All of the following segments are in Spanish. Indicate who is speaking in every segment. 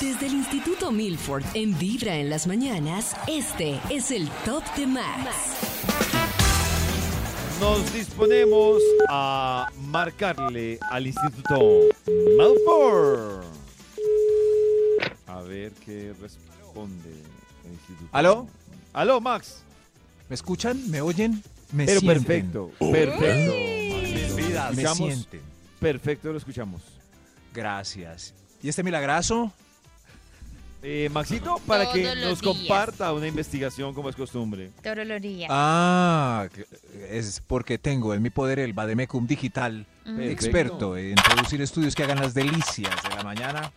Speaker 1: Desde el Instituto Milford, en Vibra en las mañanas, este es el Top de Max.
Speaker 2: Nos disponemos a marcarle al Instituto Malfour. A ver qué responde el Instituto.
Speaker 3: ¿Aló?
Speaker 2: ¿Aló, Max?
Speaker 3: ¿Me escuchan? ¿Me oyen? Me
Speaker 2: Pero
Speaker 3: sienten.
Speaker 2: perfecto, perfecto. Lo
Speaker 3: Me
Speaker 2: escuchamos,
Speaker 3: sienten.
Speaker 2: Perfecto, lo escuchamos.
Speaker 3: Gracias. ¿Y este milagrazo?
Speaker 2: Eh, Maxito, para
Speaker 4: Todos
Speaker 2: que nos
Speaker 4: los días.
Speaker 2: comparta una investigación como es costumbre.
Speaker 4: Toroloría.
Speaker 3: Ah, es porque tengo en mi poder el Bademecum Digital,
Speaker 2: Perfecto.
Speaker 3: experto en producir estudios que hagan las delicias de la mañana.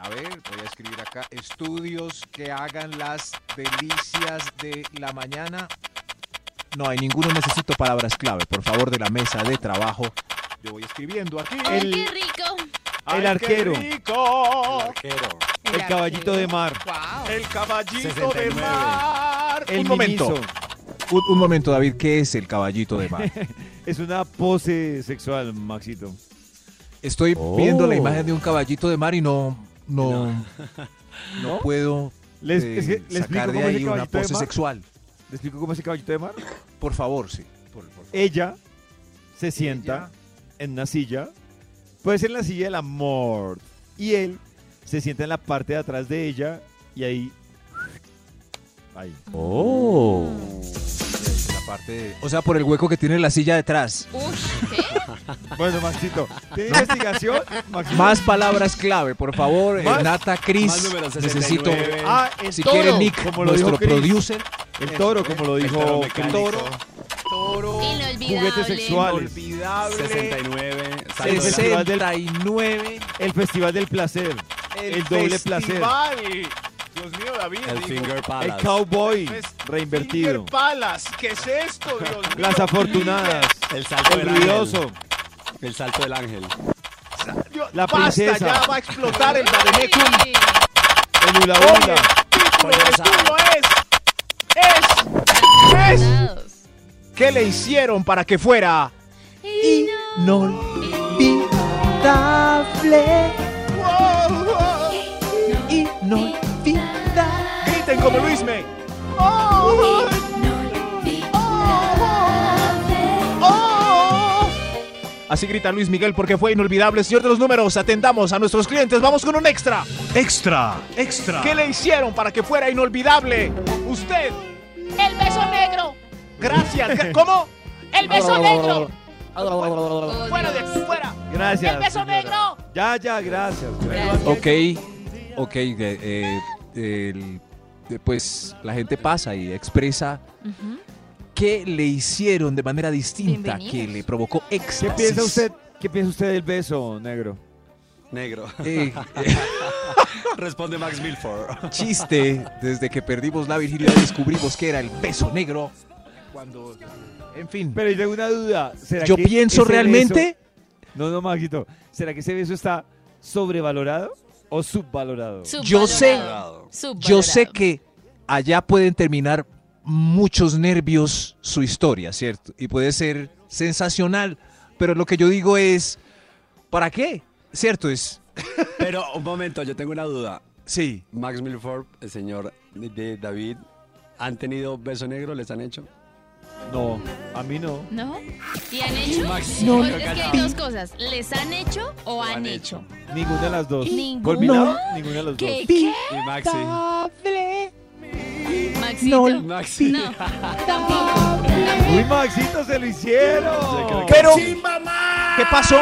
Speaker 3: A ver, voy a escribir acá, estudios que hagan las delicias de la mañana. No, hay ninguno necesito palabras clave, por favor, de la mesa de trabajo. Yo voy escribiendo aquí.
Speaker 4: ¡Ay,
Speaker 2: Ah, el-
Speaker 4: qué rico!
Speaker 2: El arquero, el,
Speaker 4: El
Speaker 2: caballito de mar,
Speaker 4: ¡Wow!
Speaker 3: El caballito
Speaker 5: de mar.
Speaker 2: el
Speaker 3: un momento.
Speaker 2: miniso.
Speaker 3: Un, un momento, David, ¿qué es el caballito de mar?
Speaker 2: Es una pose sexual, Maxito.
Speaker 3: Estoy viendo la imagen de
Speaker 2: Oh.
Speaker 3: un caballito de mar y no, no, no, puedo
Speaker 2: Les,
Speaker 3: eh,
Speaker 2: es que- les
Speaker 3: sacar
Speaker 2: explico
Speaker 3: de
Speaker 2: cómo es
Speaker 3: ahí
Speaker 2: el
Speaker 3: una
Speaker 2: caballito de
Speaker 3: pose
Speaker 2: mar.
Speaker 3: sexual.
Speaker 2: ¿Les explico cómo es el caballito de mar?
Speaker 3: Por favor, sí.
Speaker 2: Ella se sienta en una silla, puede ser en la silla del amor, y él se sienta en la parte de atrás de ella y ahí. Ahí.
Speaker 5: Oh.
Speaker 3: La parte de- o sea, por el hueco que tiene la silla detrás.
Speaker 4: ¡Uy! ¿Qué?
Speaker 2: Bueno, Maxito, ¿tiene investigación? Maxito?
Speaker 3: Más palabras clave, por favor. Eh,
Speaker 2: Más-
Speaker 3: Nata,
Speaker 5: más
Speaker 3: Cris,
Speaker 5: número 69.
Speaker 3: necesito...
Speaker 2: Ah, el
Speaker 3: Si
Speaker 2: toro,
Speaker 3: quiere Nick,
Speaker 2: como lo
Speaker 3: nuestro
Speaker 2: dijo Chris.
Speaker 3: producer.
Speaker 2: El toro, como lo dijo
Speaker 5: mecánico.
Speaker 2: Toro.
Speaker 3: Toro.
Speaker 4: Inolvidable.
Speaker 2: sexual.
Speaker 3: Inolvidable.
Speaker 5: 69.
Speaker 2: El
Speaker 5: Sandra.
Speaker 2: festival del-
Speaker 3: 69.
Speaker 2: El festival del placer, el, doble placer,
Speaker 6: Dios mío, David.
Speaker 5: El
Speaker 6: digo,
Speaker 5: Finger
Speaker 2: el
Speaker 5: Palace.
Speaker 2: cowboy
Speaker 6: Fest-
Speaker 2: reinvertido,
Speaker 6: Finger Palas, ¿qué es esto, Dios mío?
Speaker 2: las afortunadas,
Speaker 5: El salto
Speaker 2: el
Speaker 5: del ángel.
Speaker 2: ruidoso,
Speaker 5: El salto del ángel.
Speaker 6: Dios-
Speaker 2: la
Speaker 6: Basta,
Speaker 2: princesa.
Speaker 6: ya va a explotar el Bademecum.
Speaker 4: Uy.
Speaker 2: el hula
Speaker 6: Oye,
Speaker 2: hula.
Speaker 6: título,
Speaker 5: Oye,
Speaker 6: el
Speaker 5: sabe.
Speaker 6: título es... ¡Es! ¡Es!
Speaker 4: Dados.
Speaker 6: ¿Qué le hicieron para que fuera? ¡Wow, wow! Griten como Luis May. ¡Oh! ¡Oh! Así grita Luis Miguel porque fue inolvidable. Señor de los números, atendamos a nuestros clientes. Vamos con un extra.
Speaker 7: Extra, extra.
Speaker 6: ¿Qué le hicieron para que fuera inolvidable? Usted.
Speaker 8: El beso negro.
Speaker 6: Gracias. gra- ¿Cómo?
Speaker 8: El beso negro.
Speaker 4: Oh,
Speaker 6: Fuera de
Speaker 4: Dios.
Speaker 6: aquí, fuera.
Speaker 2: Gracias.
Speaker 8: El beso
Speaker 2: señora.
Speaker 8: negro.
Speaker 2: Ya, ya, gracias.
Speaker 3: Ok, ok, eh, eh, el- eh, pues la gente pasa y expresa
Speaker 4: Ujú.
Speaker 3: qué le hicieron de manera distinta que
Speaker 4: Bienvenidos.
Speaker 3: le provocó
Speaker 2: ¿Qué
Speaker 3: éxtasis.
Speaker 2: piensa usted? ¿Qué piensa usted del beso negro?
Speaker 5: Negro.
Speaker 3: Eh,
Speaker 5: Responde Max Milford.
Speaker 3: chiste, desde que perdimos la virginidad descubrimos que era el beso negro. Cuando, en fin,
Speaker 2: Pero yo tengo una duda. ¿será
Speaker 3: yo
Speaker 2: que
Speaker 3: pienso
Speaker 2: ese
Speaker 3: realmente,
Speaker 2: beso- no, no, Maxito. ¿Será que ese beso está sobrevalorado o subvalorado?
Speaker 3: Yo sé.
Speaker 4: Subvalorado.
Speaker 3: yo sé
Speaker 4: Subvalorado.
Speaker 3: que allá pueden terminar muchos nervios su historia, ¿cierto? Y puede ser sensacional, pero lo que yo digo es, ¿para qué? ¿Cierto? Es,
Speaker 5: Pero un momento, yo tengo una duda.
Speaker 3: sí.
Speaker 5: Max Milford, el señor de David, ¿han tenido beso negro? ¿Les han hecho?
Speaker 2: No, a mí no.
Speaker 4: ¿No? ¿Y han hecho?
Speaker 5: Max,
Speaker 4: No,
Speaker 5: no,
Speaker 4: es que hay dos cosas. ¿Les han hecho o han,
Speaker 5: han
Speaker 4: hecho?
Speaker 2: Ninguna de las dos.
Speaker 4: ¿Ninguna?
Speaker 2: Por mi lado, ninguna de las
Speaker 4: ¿Qué?
Speaker 2: dos.
Speaker 4: ¿Qué?
Speaker 5: Y Maxi.
Speaker 4: Maxito. No.
Speaker 5: Maxi.
Speaker 4: Tampoco.
Speaker 2: Uy, Maxito, se lo hicieron.
Speaker 3: Pero, ¿qué pasó?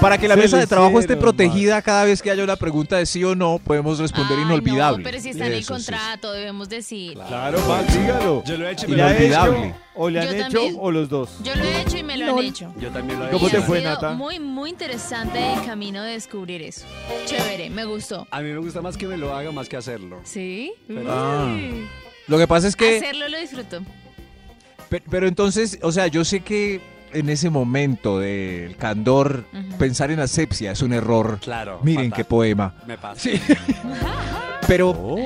Speaker 3: Para que la
Speaker 2: Se
Speaker 3: mesa
Speaker 2: lo
Speaker 3: de trabajo esté
Speaker 2: hicieron,
Speaker 3: protegida cada vez que haya una pregunta de sí o no, podemos responder
Speaker 4: Ay,
Speaker 3: inolvidable.
Speaker 4: No, pero si está en el
Speaker 3: Eso, sí, sí.
Speaker 4: contrato, debemos decir.
Speaker 2: Claro, Max, Pues dígalo.
Speaker 5: Yo lo he hecho,
Speaker 2: ¿Y
Speaker 5: pero
Speaker 2: la ha
Speaker 3: Inolvidable.
Speaker 2: hecho o le han
Speaker 4: Yo
Speaker 2: hecho
Speaker 4: también.
Speaker 2: o los dos?
Speaker 4: Yo lo he hecho y me lo han hecho.
Speaker 5: yo también lo he
Speaker 2: ¿Cómo
Speaker 4: Y
Speaker 5: hecho.
Speaker 2: te
Speaker 4: ha
Speaker 2: fue,
Speaker 4: sido
Speaker 2: Nata?
Speaker 4: Muy, muy interesante el camino de descubrir eso. Chévere, me gustó.
Speaker 5: A mí me gusta más que me lo haga más que hacerlo.
Speaker 4: ¿Sí?
Speaker 5: Pero-
Speaker 3: Ah.
Speaker 4: Uy.
Speaker 3: Lo que pasa es que,
Speaker 4: Hacerlo lo disfruto.
Speaker 3: pe- pero entonces, o sea, yo sé que en ese momento del candor,
Speaker 4: Ujú.
Speaker 3: pensar en asepsia es un error.
Speaker 5: Claro.
Speaker 3: Miren qué
Speaker 5: fatal.
Speaker 3: poema.
Speaker 5: Me pasa.
Speaker 3: Sí. Pero,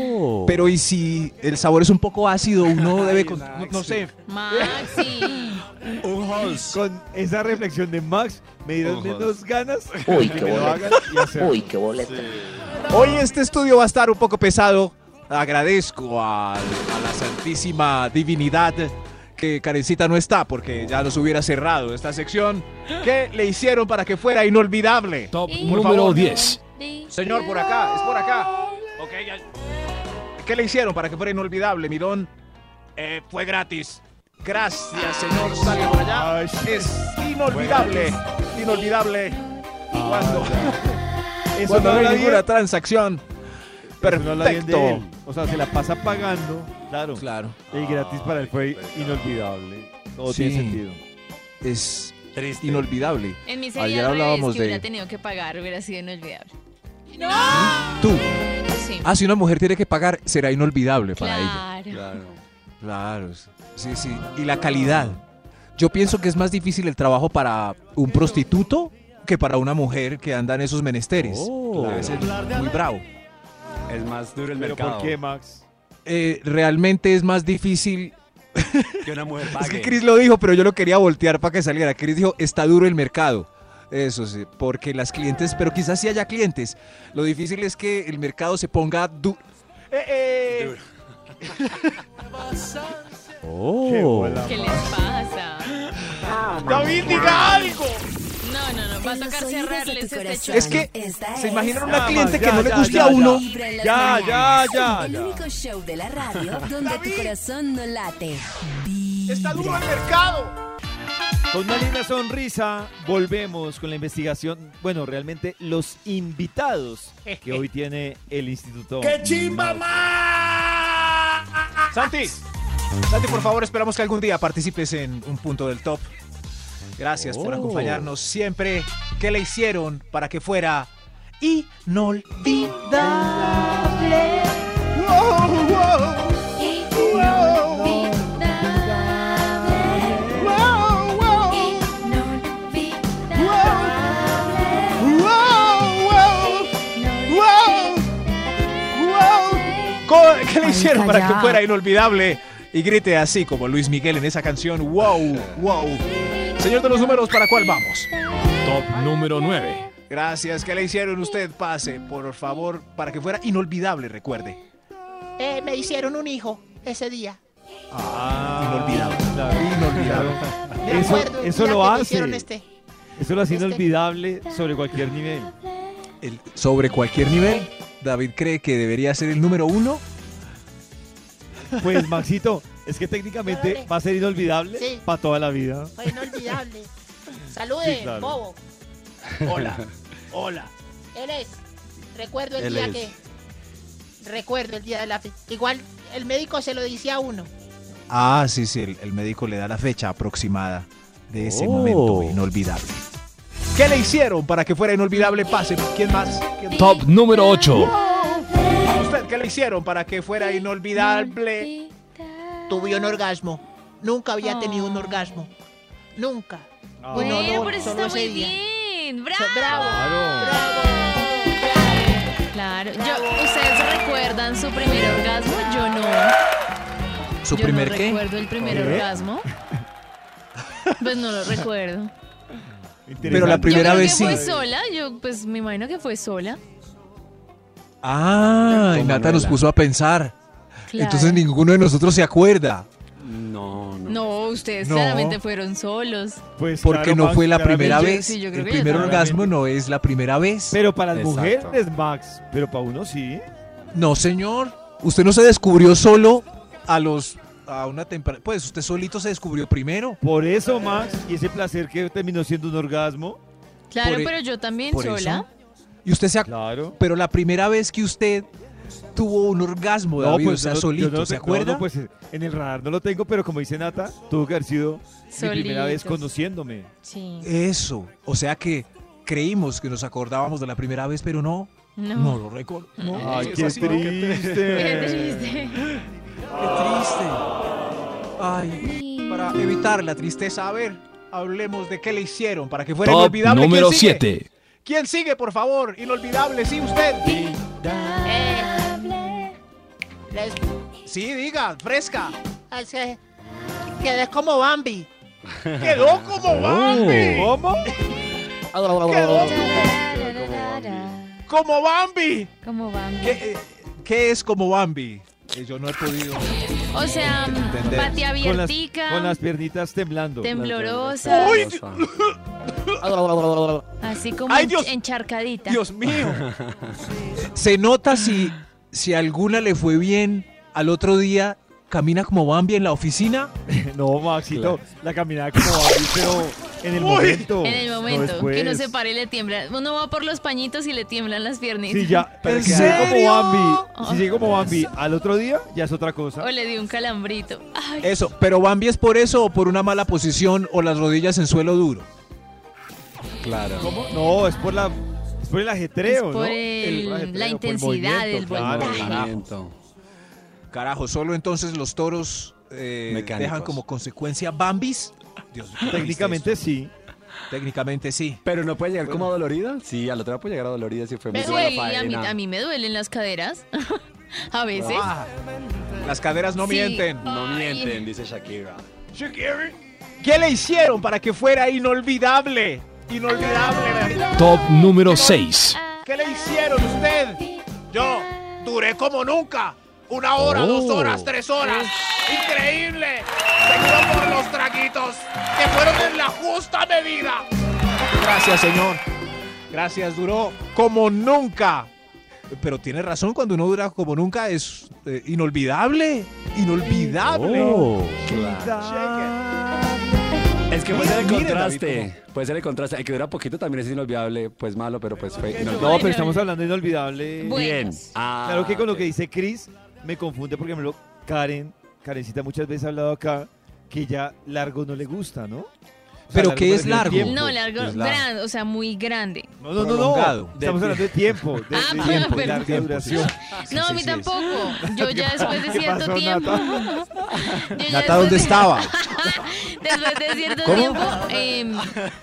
Speaker 3: pero y si el sabor es un poco ácido, uno debe, con- no, no sé,
Speaker 4: Maxi.
Speaker 7: Un Halls.
Speaker 2: Con esa reflexión de Max, me dieron
Speaker 3: Ojo.
Speaker 2: menos ganas
Speaker 9: Uy,
Speaker 2: de
Speaker 9: qué
Speaker 2: que lo
Speaker 9: boleta.
Speaker 2: hagan y hacerlo.
Speaker 9: Uy, qué boleta.
Speaker 3: Hoy este estudio va a estar un poco pesado. Agradezco al- a, la Santísima Divinidad que Karencita no está porque ya nos hubiera cerrado esta sección. ¿Qué le hicieron para que fuera inolvidable?
Speaker 7: Top
Speaker 4: Y-
Speaker 7: número
Speaker 4: favor.
Speaker 7: 10.
Speaker 3: Señor, por acá, es por acá. Ok, ya. ¿Qué le hicieron para que fuera inolvidable, Mirón? Eh, fue gratis. Gracias, señor. Sale por allá.
Speaker 2: Ay,
Speaker 3: Es inolvidable. Inolvidable. Cuando,
Speaker 2: Eso
Speaker 3: cuando no
Speaker 2: habla
Speaker 3: hay
Speaker 2: bien,
Speaker 3: ninguna transacción.
Speaker 2: eso no habla bien de
Speaker 3: Perfecto.
Speaker 2: él. O sea, se la pasa pagando. Claro.
Speaker 3: Claro.
Speaker 2: El gratis para él fue inolvidable. No
Speaker 3: Sí.
Speaker 2: tiene sentido.
Speaker 3: Es
Speaker 5: Triste.
Speaker 3: inolvidable.
Speaker 4: En mi
Speaker 3: Ayer
Speaker 4: serie
Speaker 3: hablábamos
Speaker 4: hablábamos que
Speaker 3: de-
Speaker 4: hubiera tenido que pagar, hubiera sido inolvidable.
Speaker 3: Tú.
Speaker 4: Sí.
Speaker 3: Ah, si una mujer tiene que pagar, será inolvidable para ella.
Speaker 4: claro.
Speaker 5: Claro.
Speaker 3: Claro. Sí, sí. Y la calidad. Yo pienso que es más difícil el trabajo para un prostituto que para una mujer que anda en esos menesteres. Debe ser muy bravo.
Speaker 5: Es más duro el
Speaker 2: ¿Pero
Speaker 5: mercado
Speaker 2: por qué, Max?
Speaker 3: Eh, realmente es más difícil.
Speaker 5: que una mujer
Speaker 3: Es
Speaker 5: pague.
Speaker 3: que Chris lo dijo, pero yo lo quería voltear para que saliera. Chris dijo, está duro el mercado. Eso sí, porque las clientes, pero quizás sí haya clientes. Lo difícil es que el mercado se ponga duro.
Speaker 5: Duro.
Speaker 2: Qué bola,
Speaker 4: ¿Qué les
Speaker 2: Max.
Speaker 4: pasa?
Speaker 7: David, diga algo.
Speaker 4: No, no, no. Va a
Speaker 1: En los
Speaker 4: tocar
Speaker 1: oídos de
Speaker 4: cerrarles
Speaker 1: tu
Speaker 4: este
Speaker 1: corazón,
Speaker 3: Es
Speaker 4: show.
Speaker 3: que
Speaker 1: esta
Speaker 3: ¿Se
Speaker 1: es
Speaker 3: imaginan una cliente
Speaker 2: ya,
Speaker 3: que no le
Speaker 2: ya,
Speaker 3: guste
Speaker 2: ya,
Speaker 3: a uno?
Speaker 1: Vibra en las
Speaker 2: Ya,
Speaker 1: mañanas,
Speaker 2: ya, ya,
Speaker 1: El
Speaker 2: ya.
Speaker 1: único show de la radio donde tu corazón no late. Vibra.
Speaker 7: Está duro el mercado.
Speaker 2: Con una linda sonrisa volvemos con la investigación. Bueno, realmente los invitados que hoy tiene el Instituto.
Speaker 7: ¡Qué chimba
Speaker 2: Max.
Speaker 7: más!
Speaker 3: Santi, Santi, por favor, esperamos que algún día participes en un punto del top. Gracias por acompañarnos siempre. ¿Qué le hicieron para que fuera inolvidable? Co- ¿Qué le hicieron para que fuera inolvidable? Y grite así como Luis Miguel en esa canción. ¡Wow! ¡Wow! Señor de los números, ¿para cuál vamos?
Speaker 7: Top número 9.
Speaker 3: Gracias. ¿Qué le hicieron usted? Pase, por favor, para que fuera inolvidable, recuerde.
Speaker 8: Eh, me hicieron un hijo ese día.
Speaker 3: Inolvidable.
Speaker 2: Claro.
Speaker 3: Inolvidable.
Speaker 8: Me
Speaker 2: Eso-
Speaker 8: acuerdo el
Speaker 2: eso
Speaker 8: día
Speaker 2: lo
Speaker 8: que me
Speaker 2: hace.
Speaker 8: hicieron este.
Speaker 2: Eso lo hace
Speaker 8: Este-
Speaker 2: inolvidable sobre cualquier nivel.
Speaker 3: el- sobre cualquier nivel, David cree que debería ser el número uno.
Speaker 2: Pues, Maxito, es que técnicamente
Speaker 8: Dale.
Speaker 2: va a ser inolvidable
Speaker 8: Sí.
Speaker 2: para toda la vida.
Speaker 8: Fue inolvidable. Salude,
Speaker 2: Sí, claro.
Speaker 8: bobo.
Speaker 7: Hola. Hola.
Speaker 8: Él es. Recuerdo el
Speaker 5: Él
Speaker 8: día
Speaker 5: es.
Speaker 8: que. Recuerdo el día de la fe- Igual el médico se lo dice a uno.
Speaker 3: Ah, sí, sí, el, el médico le da la fecha aproximada de ese momento inolvidable. ¿Qué le hicieron para que fuera inolvidable? Pase, ¿quién más? ¿Quién-
Speaker 7: Top número 8.
Speaker 3: ¿Usted qué le hicieron para que fuera inolvidable?
Speaker 8: Tuve un orgasmo. Nunca había
Speaker 4: Oh.
Speaker 8: tenido un orgasmo. Nunca.
Speaker 2: Ah.
Speaker 4: Bueno,
Speaker 8: no, no,
Speaker 4: pero eso
Speaker 8: solo
Speaker 4: está
Speaker 8: ese
Speaker 4: muy
Speaker 8: día.
Speaker 4: bien.
Speaker 8: So-
Speaker 4: ¡Bravo!
Speaker 8: bravo.
Speaker 2: Claro.
Speaker 4: Claro. Yo, ¿Ustedes recuerdan su primer orgasmo? Yo no.
Speaker 3: ¿Su
Speaker 4: Yo
Speaker 3: primer
Speaker 4: no
Speaker 3: qué?
Speaker 4: recuerdo el primer
Speaker 2: ¿Qué?
Speaker 4: orgasmo. Pues no lo recuerdo.
Speaker 3: Pero la
Speaker 4: Yo
Speaker 3: primera
Speaker 4: creo que
Speaker 3: vez sí.
Speaker 4: fue sola, yo pues me imagino que fue sola.
Speaker 3: Ah, y Nata nos puso a pensar.
Speaker 4: Claro.
Speaker 3: Entonces ninguno de nosotros se acuerda.
Speaker 5: No, no.
Speaker 4: No, ustedes
Speaker 3: No.
Speaker 4: claramente fueron solos.
Speaker 2: Pues,
Speaker 3: Porque
Speaker 2: claro,
Speaker 3: no
Speaker 2: Max,
Speaker 3: fue la primera
Speaker 2: claramente.
Speaker 3: vez.
Speaker 4: sí, yo creo
Speaker 3: el
Speaker 4: que
Speaker 3: primer
Speaker 4: yo
Speaker 3: orgasmo no es la primera vez.
Speaker 2: Pero para las
Speaker 5: Exacto.
Speaker 2: mujeres, Max. Pero para uno sí.
Speaker 3: No, señor. Usted no se descubrió solo a los a una temprana. Pues usted solito se descubrió primero.
Speaker 2: Por eso, Max, y ese placer que terminó siendo un orgasmo.
Speaker 4: Claro,
Speaker 3: Por e-
Speaker 4: pero yo también
Speaker 3: Por eso.
Speaker 4: sola.
Speaker 3: Y usted se ac-
Speaker 2: Claro.
Speaker 3: pero la primera vez que usted tuvo un orgasmo, David, o sea,
Speaker 2: pues yo no- yo
Speaker 3: solito,
Speaker 2: no
Speaker 3: ¿se
Speaker 2: te- no,
Speaker 3: acuerda?
Speaker 2: no, pues en el radar no lo tengo, pero como dice Nata, tuvo que haber sido mi primera vez
Speaker 4: Solitos.
Speaker 2: conociéndome.
Speaker 4: Sí.
Speaker 3: Eh, Eso. O sea que creímos que nos acordábamos de la primera vez, pero no. No,
Speaker 4: No.
Speaker 3: lo recuerdo. No,
Speaker 2: Ay,
Speaker 3: es
Speaker 2: qué
Speaker 3: así, ¿no?
Speaker 2: triste.
Speaker 4: Qué triste.
Speaker 3: Qué triste. Ay, para evitar la tristeza, a ver, hablemos de qué le hicieron para que fuera
Speaker 7: Top
Speaker 3: inolvidable. ¿Quién
Speaker 7: número
Speaker 3: sigue?
Speaker 7: 7.
Speaker 3: ¿Quién sigue, por favor? Inolvidable, sí, usted.
Speaker 8: Les-
Speaker 3: Sí, diga, fresca.
Speaker 8: es que- Quedé como Bambi.
Speaker 3: Quedó como Bambi.
Speaker 2: Oh. ¿Cómo?
Speaker 3: Quedó como Bambi.
Speaker 4: ¿Cómo van?
Speaker 3: ¿Qué, eh, qué es como Bambi? Que yo no he podido.
Speaker 4: O sea,
Speaker 3: Entender.
Speaker 2: Con las,
Speaker 4: patiabiertica,
Speaker 2: con las piernitas temblando.
Speaker 4: temblorosa,
Speaker 3: ¡Uy!
Speaker 4: así como
Speaker 3: ¡Ay,
Speaker 4: ench-
Speaker 3: Dios!
Speaker 4: encharcadita.
Speaker 3: Dios mío. Se nota si, si alguna le fue bien al otro día, camina como Bambi en la oficina.
Speaker 2: No, Maxito, la caminada como Bambi, pero en el
Speaker 3: Uy.
Speaker 2: momento.
Speaker 4: En el
Speaker 2: no
Speaker 4: momento que no
Speaker 2: después.
Speaker 4: se pare y le tiembla. Uno va por los pañitos y le tiemblan las piernitas.
Speaker 2: Sí, ya. Pero
Speaker 3: ¿En
Speaker 2: si llega
Speaker 3: serio?
Speaker 2: como
Speaker 4: Oh.
Speaker 2: Bambi, si llega como Bambi al otro día, ya es otra cosa.
Speaker 4: O le dio un calambrito. Ay,
Speaker 3: Eso, pero Bambi es por eso o por una mala posición o las rodillas en suelo duro.
Speaker 5: Claro.
Speaker 2: ¿Cómo? No, es por la. Es por el
Speaker 4: es
Speaker 2: ajetreo,
Speaker 4: por
Speaker 2: ¿no?
Speaker 4: el-
Speaker 2: ajetreo, por
Speaker 4: la intensidad,
Speaker 2: movimiento,
Speaker 4: el
Speaker 2: claro.
Speaker 4: voltaje.
Speaker 5: Movimiento.
Speaker 3: Carajo, solo entonces los toros eh,
Speaker 5: Mecánicos.
Speaker 3: dejan como consecuencia Bambis. Dios mío,
Speaker 2: Técnicamente sí.
Speaker 3: Técnicamente sí.
Speaker 5: Pero no puede llegar como dolorida. Sí, al otro lado puede llegar a dolorida si fue muy
Speaker 4: Me
Speaker 5: buena
Speaker 4: duele, a mí,
Speaker 5: faena.
Speaker 4: a mí me duelen las caderas. a veces.
Speaker 3: Ah, las caderas no
Speaker 4: Sí.
Speaker 3: mienten.
Speaker 5: No
Speaker 4: Ay.
Speaker 5: mienten, dice Shakira.
Speaker 3: ¿Qué le hicieron para que fuera inolvidable? Inolvidable, Margarita.
Speaker 7: Top número 6.
Speaker 3: ¿Qué le hicieron usted? Yo duré como nunca. Una hora, dos
Speaker 2: Oh.
Speaker 3: horas, tres horas. Increíble. Seguro por los traguitos que fueron en la justa medida. Gracias, señor. Gracias, duró como nunca. Pero tiene razón, cuando uno dura como nunca es eh, inolvidable. Inolvidable.
Speaker 5: Es que puede
Speaker 3: Mira,
Speaker 5: ser el
Speaker 3: miren, David,
Speaker 5: contraste. Puede ser el contraste. El que dura poquito también es inolvidable. Pues malo, pero pues fue
Speaker 2: No,
Speaker 5: inolvidable.
Speaker 2: pero estamos hablando de inolvidable.
Speaker 4: Bueno.
Speaker 5: Bien. Ah,
Speaker 2: Claro que con lo
Speaker 5: ok.
Speaker 2: que dice Chris me confunde porque me lo Karen, Karencita muchas veces ha hablado acá que ya largo no le gusta, ¿no? O sea,
Speaker 3: ¿Pero qué
Speaker 2: me
Speaker 3: es
Speaker 2: refiero a
Speaker 3: largo?
Speaker 2: tiempo.
Speaker 4: No, largo,
Speaker 2: Pues
Speaker 3: Es largo.
Speaker 4: grande, o sea, muy grande.
Speaker 2: No, no, no, no.
Speaker 3: Prolongado.
Speaker 2: Estamos hablando de tiempo, de, de
Speaker 4: Ah,
Speaker 2: tiempo,
Speaker 4: perdón.
Speaker 2: larga
Speaker 3: Tiempo, sí.
Speaker 2: duración.
Speaker 3: Sí,
Speaker 4: no, a
Speaker 3: sí,
Speaker 4: mí
Speaker 3: sí.
Speaker 4: tampoco. Yo ya después de
Speaker 2: ¿Qué
Speaker 4: cierto
Speaker 2: pasó,
Speaker 4: tiempo.
Speaker 2: Nata?
Speaker 4: Yo ya
Speaker 3: Nata, ¿dónde
Speaker 4: después de-
Speaker 3: estaba?
Speaker 4: Después de cierto
Speaker 3: ¿Cómo?
Speaker 4: tiempo, em,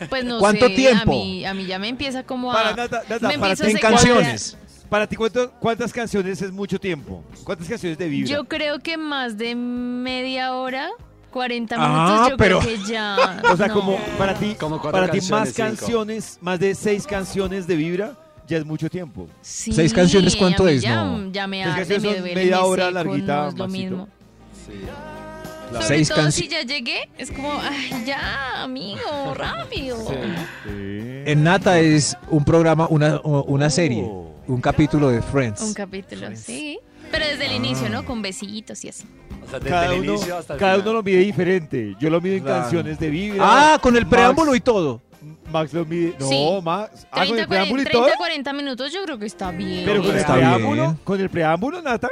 Speaker 4: pues no
Speaker 3: ¿Cuánto
Speaker 4: sé. A
Speaker 3: tiempo?
Speaker 4: mí, a mí ya me empieza como a.
Speaker 2: Para Nata, Nata, para
Speaker 4: me empiezo
Speaker 2: ti
Speaker 4: a
Speaker 3: En
Speaker 4: secar.
Speaker 3: canciones.
Speaker 2: Para ti, ¿cuánto- ¿cuántas canciones es mucho tiempo? ¿Cuántas canciones de vibra?
Speaker 4: Yo creo que más de media hora, 40
Speaker 3: Ah,
Speaker 4: minutos, yo
Speaker 3: pero-
Speaker 4: creo que ya.
Speaker 2: o sea,
Speaker 4: no.
Speaker 2: como para ti,
Speaker 5: Como cuatro
Speaker 2: para ti más
Speaker 5: canciones, cinco.
Speaker 2: canciones, más de seis canciones de vibra ya es mucho tiempo.
Speaker 4: Sí,
Speaker 3: Seis canciones, ¿cuánto
Speaker 4: a mí
Speaker 3: es?
Speaker 4: Ya,
Speaker 3: No.
Speaker 4: ya me
Speaker 2: Seis
Speaker 4: arde,
Speaker 2: canciones
Speaker 4: me
Speaker 2: son
Speaker 4: duele,
Speaker 2: media
Speaker 4: me
Speaker 2: hora
Speaker 4: seco,
Speaker 2: larguita,
Speaker 4: no es
Speaker 2: Maxito.
Speaker 4: lo mismo.
Speaker 5: Sí.
Speaker 3: Claro.
Speaker 4: Sobre
Speaker 3: Seis
Speaker 4: todo
Speaker 3: canc-
Speaker 4: si ya llegué, es como, ay, ya, amigo, rápido.
Speaker 3: En Nata es un programa, una, una serie, un capítulo de Friends.
Speaker 4: Un capítulo, sí. Pero desde
Speaker 2: Ah.
Speaker 4: el inicio, ¿no? Con besitos y así.
Speaker 5: O sea, desde
Speaker 2: Cada,
Speaker 5: el
Speaker 2: uno,
Speaker 5: inicio hasta el
Speaker 2: cada uno
Speaker 5: final.
Speaker 2: lo mide diferente. Yo lo mido en
Speaker 3: Claro.
Speaker 2: canciones de vibra.
Speaker 3: ah, con el preámbulo
Speaker 2: Max-
Speaker 3: y todo.
Speaker 2: Max lo mide. No,
Speaker 4: Sí.
Speaker 2: Max. Ah, con
Speaker 4: 30,
Speaker 2: el
Speaker 4: 40,
Speaker 2: preámbulo y todo.
Speaker 4: 30, 40 minutos yo creo que está bien.
Speaker 2: Pero con el
Speaker 3: Está
Speaker 2: preámbulo,
Speaker 3: bien.
Speaker 2: con el preámbulo, Nata.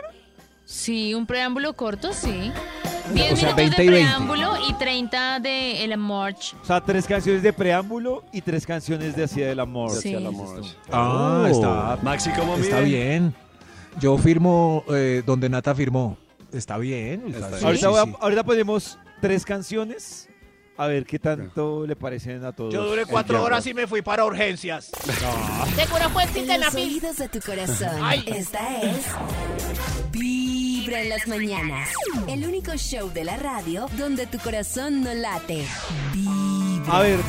Speaker 4: Sí, un preámbulo corto, sí. 10
Speaker 3: O sea,
Speaker 4: minutos
Speaker 3: 20
Speaker 4: de
Speaker 3: y 20.
Speaker 4: preámbulo y 30 de el march.
Speaker 2: O sea, tres canciones de preámbulo y tres canciones de Hacia del Amor.
Speaker 4: Sí.
Speaker 5: Hacia el amor.
Speaker 3: Ah, está,
Speaker 5: Maxi, ¿cómo
Speaker 3: está
Speaker 5: mide?
Speaker 3: bien. Yo firmo eh, donde Nata firmó. Está bien. está
Speaker 5: Está bien.
Speaker 3: bien.
Speaker 2: Ahorita,
Speaker 3: Sí,
Speaker 2: voy a-
Speaker 3: sí.
Speaker 2: ahorita ponemos tres canciones. A ver qué tanto le parecen a todos.
Speaker 5: cuatro horas
Speaker 3: y me fui para urgencias.
Speaker 8: Tengo una fuentita en la
Speaker 1: Los
Speaker 8: pista.
Speaker 1: oídos de tu corazón. Esta es Vibra en las mañanas. El único show de la radio donde tu corazón no late. Vibra.
Speaker 2: A ver,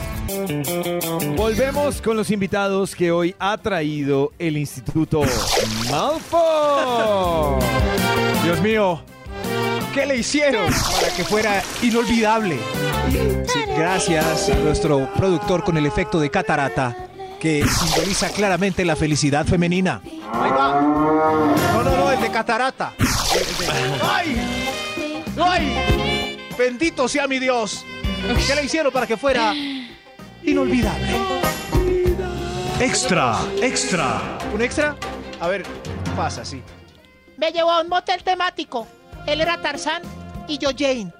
Speaker 2: volvemos con los invitados que hoy ha traído el Instituto Malfo.
Speaker 3: Dios mío. ¿Qué le hicieron para que fuera inolvidable? Sí, gracias a nuestro productor con el efecto de catarata que simboliza claramente la felicidad femenina. Ahí va. No, no, no, el de catarata. El de- ¡Ay! ¡Ay! ¡Bendito sea mi Dios! ¿Qué le hicieron para que fuera inolvidable?
Speaker 7: Extra, extra.
Speaker 3: ¿Un extra? A ver, pasa, sí.
Speaker 8: Me llevó a un motel temático. Él era Tarzán y yo Jane.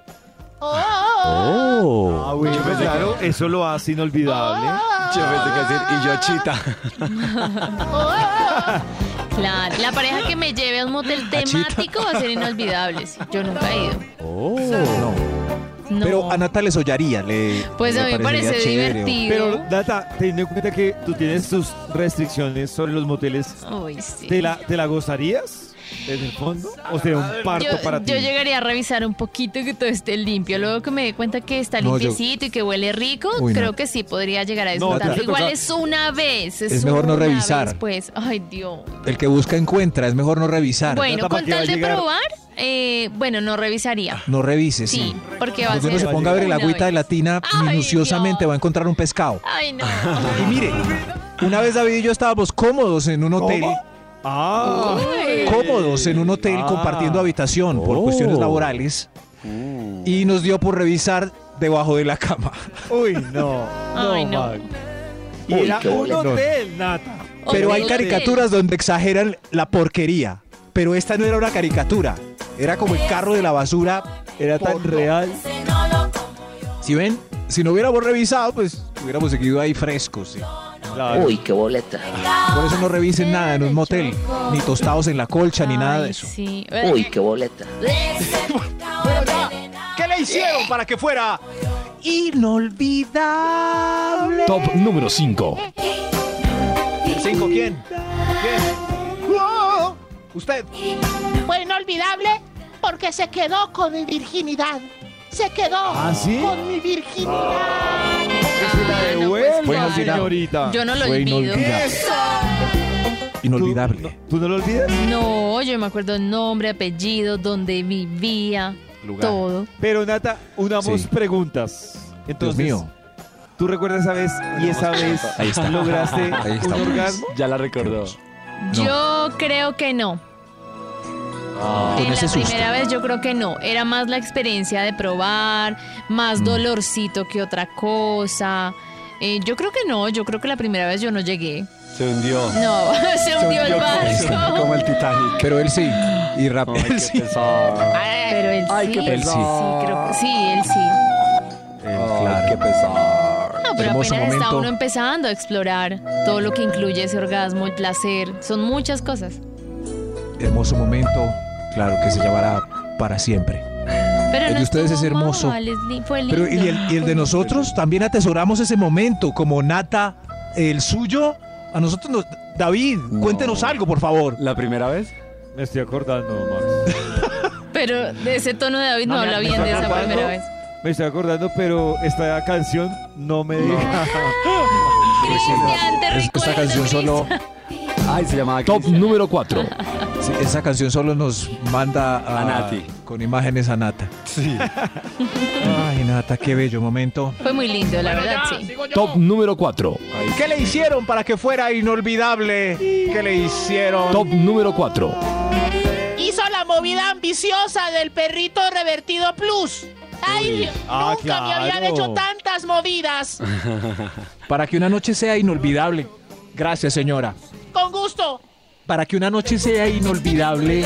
Speaker 8: Oh, oh, oh,
Speaker 2: Ah, bueno, claro, eso lo hace inolvidable.
Speaker 5: Yo pensé que decir, y yo chita.
Speaker 8: oh, oh, oh.
Speaker 4: Claro, la pareja que me lleve a un motel temático va a ser inolvidable. sí. Yo nunca he ido.
Speaker 2: Oh.
Speaker 3: No.
Speaker 4: No.
Speaker 3: Pero a Natales Ollaría le.
Speaker 4: pues
Speaker 3: le
Speaker 4: a mí me
Speaker 3: parecería
Speaker 4: parece
Speaker 3: chévere, o-
Speaker 2: Pero,
Speaker 4: divertido.
Speaker 2: Data, teniendo en cuenta que tú tienes tus restricciones sobre los moteles,
Speaker 4: Uy, sí.
Speaker 2: ¿te la, te la gozarías desde el fondo? ¿O sería un parto
Speaker 4: yo,
Speaker 2: para ti?
Speaker 4: yo llegaría a revisar un poquito que todo esté limpio. Luego que me dé cuenta que está
Speaker 3: No, yo-
Speaker 4: limpiecito y que huele rico,
Speaker 3: Uy, no.
Speaker 4: creo que sí podría llegar a
Speaker 2: No, te
Speaker 4: disfrutarlo.
Speaker 2: toca-
Speaker 4: Igual es una vez. Es,
Speaker 3: Es mejor no
Speaker 4: una
Speaker 3: revisar.
Speaker 4: vez, pues, ay Dios.
Speaker 3: El que busca encuentra, es mejor no revisar.
Speaker 4: Bueno,
Speaker 2: Nata, ¿para
Speaker 4: con
Speaker 2: qué va a
Speaker 4: tal de
Speaker 2: llegar?
Speaker 4: probar, eh, bueno, no revisaría.
Speaker 3: No revise, Ah, sí.
Speaker 4: Sí, porque va a
Speaker 3: Cuando
Speaker 4: ser.
Speaker 3: uno se ponga a ver el
Speaker 4: una
Speaker 3: agüita de
Speaker 4: vez.
Speaker 3: la tina
Speaker 4: Ay,
Speaker 3: minuciosamente,
Speaker 4: Dios.
Speaker 3: va a encontrar un pescado.
Speaker 4: Ay, no.
Speaker 3: Y mire, una vez David y yo estábamos cómodos en un hotel.
Speaker 2: Ah,
Speaker 4: Eh.
Speaker 3: cómodos en un hotel
Speaker 2: Ah.
Speaker 3: compartiendo habitación por
Speaker 6: Oh.
Speaker 3: cuestiones laborales y nos dio por revisar debajo de la cama.
Speaker 2: uy, no. No,
Speaker 4: Ay, no.
Speaker 2: Max. Y era
Speaker 3: qué
Speaker 2: un
Speaker 3: horror.
Speaker 2: hotel, Nata.
Speaker 3: Pero hay
Speaker 4: Horrible.
Speaker 3: caricaturas donde exageran la porquería, pero esta no era una caricatura, era como el carro de la basura.
Speaker 2: Era tan real.
Speaker 3: Si ven, si no hubiéramos revisado, pues hubiéramos seguido ahí frescos. sí.
Speaker 2: Claro.
Speaker 3: Por eso no revisen nada en un motel, ni tostados en la colcha, ni nada de
Speaker 4: Ay,
Speaker 3: eso.
Speaker 4: Sí.
Speaker 9: Uy, qué boleta.
Speaker 6: ¿Qué le hicieron para que fuera?
Speaker 3: Inolvidable.
Speaker 7: Top número 5.
Speaker 6: ¿El 5 quién? ¿Quién? Usted.
Speaker 8: Fue inolvidable porque se quedó con mi virginidad. Se quedó
Speaker 2: ¿Ah, sí?
Speaker 8: con mi virginidad.
Speaker 4: Ah, no, pues,
Speaker 2: Devuelva,
Speaker 3: Buena
Speaker 4: claro.
Speaker 3: final.
Speaker 2: señorita.
Speaker 4: Yo no lo olvido.
Speaker 3: Inolvidable.
Speaker 2: ¿Tú no lo olvidas?
Speaker 4: No, yo me acuerdo nombre, apellido, dónde vivía,
Speaker 6: Lugar.
Speaker 4: todo.
Speaker 2: Pero, Nata, unamos
Speaker 3: Sí.
Speaker 2: preguntas.
Speaker 3: Dios
Speaker 2: Entonces,
Speaker 3: mío.
Speaker 2: ¿tú recuerdas esa vez y esa vez
Speaker 5: Ahí está.
Speaker 2: lograste
Speaker 5: Ahí está,
Speaker 2: un
Speaker 5: pues.
Speaker 2: orgasmo?
Speaker 5: Ya la recordó.
Speaker 4: Yo creo que no. en la primera vez yo creo que no. Era más la experiencia de probar, más dolorcito que otra cosa. Eh, yo creo que no, yo creo que la primera vez yo no llegué.
Speaker 5: Se hundió.
Speaker 4: No, se hundió el
Speaker 5: Como,
Speaker 4: barco.
Speaker 5: el Titanic.
Speaker 3: Pero él sí. Y rápido.
Speaker 5: Ay, qué eh, pesado.
Speaker 4: Pero él sí.
Speaker 5: qué
Speaker 4: él sí.
Speaker 5: pesar.
Speaker 4: creo que- sí, él sí.
Speaker 5: Ay, qué pesado.
Speaker 4: No, pero
Speaker 3: Hermoso
Speaker 4: apenas está
Speaker 3: momento.
Speaker 4: uno empezando a explorar todo lo que incluye ese orgasmo, el placer. Son muchas cosas.
Speaker 3: Hermoso momento. Claro que se llevará para siempre.
Speaker 4: Pero
Speaker 3: El
Speaker 4: no
Speaker 3: de ustedes
Speaker 4: estuvo
Speaker 3: es hermoso.
Speaker 4: mal, es li- fue
Speaker 3: Pero y
Speaker 4: lindo.
Speaker 3: el, y el de nosotros también atesoramos ese momento, como Nata, el suyo. A nosotros nos- David, cuéntenos algo, por favor.
Speaker 5: ¿La primera vez?
Speaker 2: Me estoy acordando, Max.
Speaker 4: Pero de ese tono de David no, habla bien de esa
Speaker 2: acordando.
Speaker 4: primera vez.
Speaker 2: Me estoy acordando, pero esta canción no me deja.
Speaker 4: Cristian, te
Speaker 3: Es- Esta
Speaker 4: recuerdo,
Speaker 3: canción solo,
Speaker 5: Ay, se llamaba
Speaker 7: Top
Speaker 5: Cristian.
Speaker 7: número 4.
Speaker 3: sí, esa canción solo nos manda
Speaker 5: A Nati.
Speaker 3: con imágenes a Nata.
Speaker 5: Sí.
Speaker 3: Ay, Nata, qué bello momento.
Speaker 4: Fue muy lindo, la verdad, sí.
Speaker 7: Top número 4.
Speaker 6: ¿Qué le hicieron para que fuera inolvidable? ¿Qué le hicieron?
Speaker 7: Top número 4.
Speaker 8: Hizo la movida ambiciosa del perrito revertido plus. Ay, Dios,
Speaker 2: Ah,
Speaker 8: nunca me habían
Speaker 2: claro.
Speaker 8: hecho tantas movidas.
Speaker 3: Para que una noche sea inolvidable. Gracias, señora.
Speaker 8: Con gusto.
Speaker 3: Para que una noche sea inolvidable,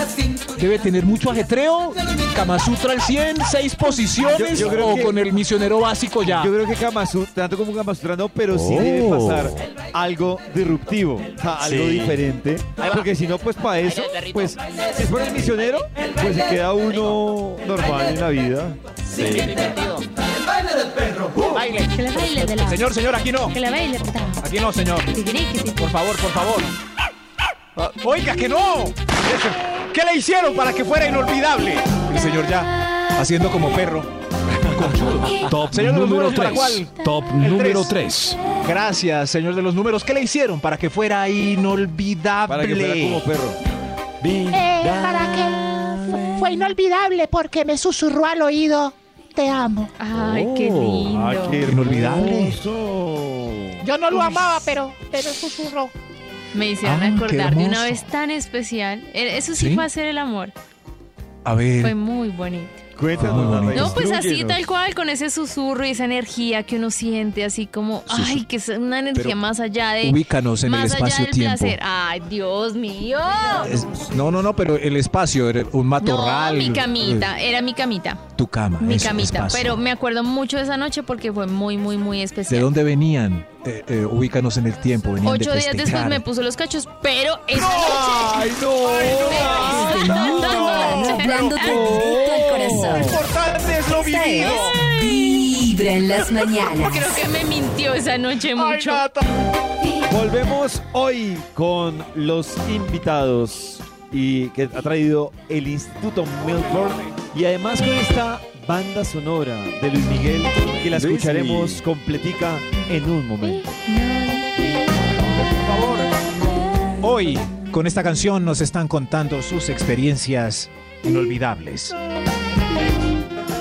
Speaker 3: debe tener mucho ajetreo. Kama Sutra al 100, seis posiciones
Speaker 2: Yo- yo creo
Speaker 3: o
Speaker 2: que-
Speaker 3: con el misionero básico ya.
Speaker 2: Yo creo que Kamasutra, tanto como Kamasutra no, pero sí
Speaker 7: Oh.
Speaker 2: debe pasar algo disruptivo, o sea, algo
Speaker 5: Sí.
Speaker 2: diferente. Porque si no, pues para eso, pues si es por el misionero, pues se queda uno normal en la vida.
Speaker 3: Baile.
Speaker 4: Que la baile de la...
Speaker 3: Señor, señor, aquí no.
Speaker 4: Que la baile, puta.
Speaker 3: Aquí no, señor.
Speaker 4: Tiquiriquiti.
Speaker 3: Por favor, por favor. Ah, Oiga, que no. ¿Qué le hicieron para que fuera inolvidable? El señor ya, haciendo como perro.
Speaker 7: Top
Speaker 3: Señor, los
Speaker 7: número
Speaker 3: números para
Speaker 7: 3.
Speaker 3: cuál?
Speaker 7: Top
Speaker 3: El
Speaker 7: número
Speaker 3: tres.
Speaker 7: 3.
Speaker 3: Gracias, señor de los números. ¿Qué le hicieron para que fuera inolvidable?
Speaker 2: Para que fuera como perro.
Speaker 8: Eh, ¿Para qué? Fue- Fue inolvidable porque me susurró al oído. Te amo.
Speaker 4: Ay, qué
Speaker 3: Oh,
Speaker 4: lindo.
Speaker 3: Inolvidable.
Speaker 2: Ah, hermoso.
Speaker 8: Yo no lo amaba, pero, pero susurró.
Speaker 4: Me hicieron
Speaker 3: Ah, qué
Speaker 4: acordar de
Speaker 3: hermoso.
Speaker 4: una vez tan especial. Eh, Eso sí,
Speaker 3: ¿Sí?
Speaker 4: fue hacer el amor.
Speaker 3: A
Speaker 4: Fue
Speaker 3: ver,
Speaker 4: muy bonito.
Speaker 2: Cuéntanos,
Speaker 7: Muy
Speaker 2: Nata,
Speaker 7: bonito.
Speaker 4: No, pues así
Speaker 2: instrúyenos.
Speaker 4: tal cual, con ese susurro y esa energía que uno siente, así como,
Speaker 3: Sí, sí.
Speaker 4: ay, que es una energía
Speaker 3: Pero
Speaker 4: más allá de...
Speaker 3: ubícanos en el
Speaker 4: Eh, más allá del
Speaker 3: espacio-tiempo. Ah,
Speaker 4: placer. Ay, Dios mío.
Speaker 3: Es- no, no, no, pero el espacio, era un
Speaker 4: No,
Speaker 3: matorral.
Speaker 4: mi camita, era mi camita,
Speaker 3: eh, tu cama.
Speaker 4: mi
Speaker 3: eso,
Speaker 4: camita.
Speaker 3: espacio.
Speaker 4: Pero me acuerdo mucho de esa noche porque fue muy, muy, muy
Speaker 3: ¿De
Speaker 4: especial.
Speaker 3: dónde venían? Eh, eh, ubícanos en el tiempo. Venían
Speaker 4: Ocho
Speaker 3: de
Speaker 4: días después
Speaker 3: festejar.
Speaker 4: me puso los cachos, pero esa noche...
Speaker 1: Desde Mundana, hablándote directo al corazón.
Speaker 3: importante es lo
Speaker 1: Esta es Vibra en las mañanas.
Speaker 4: Creo que me mintió esa noche mucho.
Speaker 2: Volvemos hoy con los invitados y que ha traído el Instituto Milford y además con esta banda sonora de Luis Miguel que la
Speaker 5: Luis
Speaker 2: escucharemos
Speaker 5: Miguel.
Speaker 2: completica en un momento.
Speaker 3: Hoy, con esta canción, nos están contando sus experiencias inolvidables.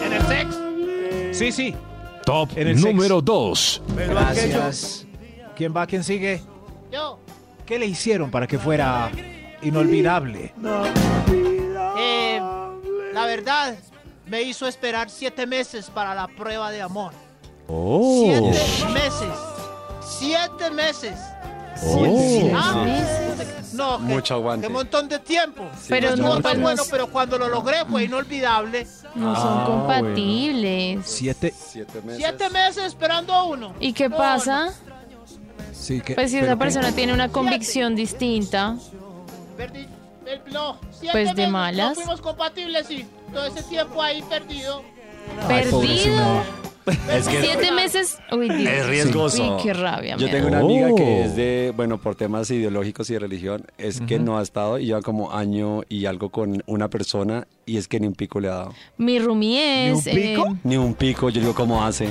Speaker 3: ¿En el sex? Sí, sí.
Speaker 7: Top
Speaker 3: En el
Speaker 7: número 2.
Speaker 3: Gracias. ¿Quién va? ¿Quién sigue?
Speaker 8: Yo.
Speaker 3: ¿Qué le hicieron para que fuera inolvidable?
Speaker 8: Eh, la verdad, me hizo esperar siete meses para la prueba de amor. Siete meses. Siete meses.
Speaker 4: Oh.
Speaker 8: Ah, no, que-
Speaker 5: Mucho aguante.
Speaker 8: Qué montón de tiempo.
Speaker 4: Pero
Speaker 8: No
Speaker 4: no,
Speaker 8: fue
Speaker 4: pues,
Speaker 8: bueno, pero cuando lo logré fue inolvidable.
Speaker 4: no
Speaker 3: Ah,
Speaker 4: son compatibles.
Speaker 3: Siete.
Speaker 5: Siete meses.
Speaker 8: Siete meses esperando a uno.
Speaker 4: ¿Y qué
Speaker 8: No,
Speaker 4: pasa?
Speaker 3: Sí, que,
Speaker 4: Pues si
Speaker 3: pero
Speaker 4: esa
Speaker 3: que-
Speaker 4: persona tiene una convicción distinta,
Speaker 8: no, perdí- eh, no, siete
Speaker 4: Pues de
Speaker 8: meses, No
Speaker 4: malas.
Speaker 8: fuimos compatibles y todo ese tiempo ahí perdido.
Speaker 3: Ay, pobrecito,
Speaker 4: perdido.
Speaker 3: no.
Speaker 5: Es que
Speaker 4: Siete meses. Uy, Dios.
Speaker 5: es riesgoso.
Speaker 4: Uy, qué rabia.
Speaker 5: Yo
Speaker 4: me
Speaker 5: tengo
Speaker 4: da.
Speaker 5: una amiga
Speaker 7: Oh.
Speaker 5: que es de, bueno, por temas ideológicos y de religión, es que no ha estado y lleva como año y algo con una persona y es que ni un pico le ha dado.
Speaker 4: Mi rumi es. eh,
Speaker 5: Ni un pico, yo digo, ¿cómo hace?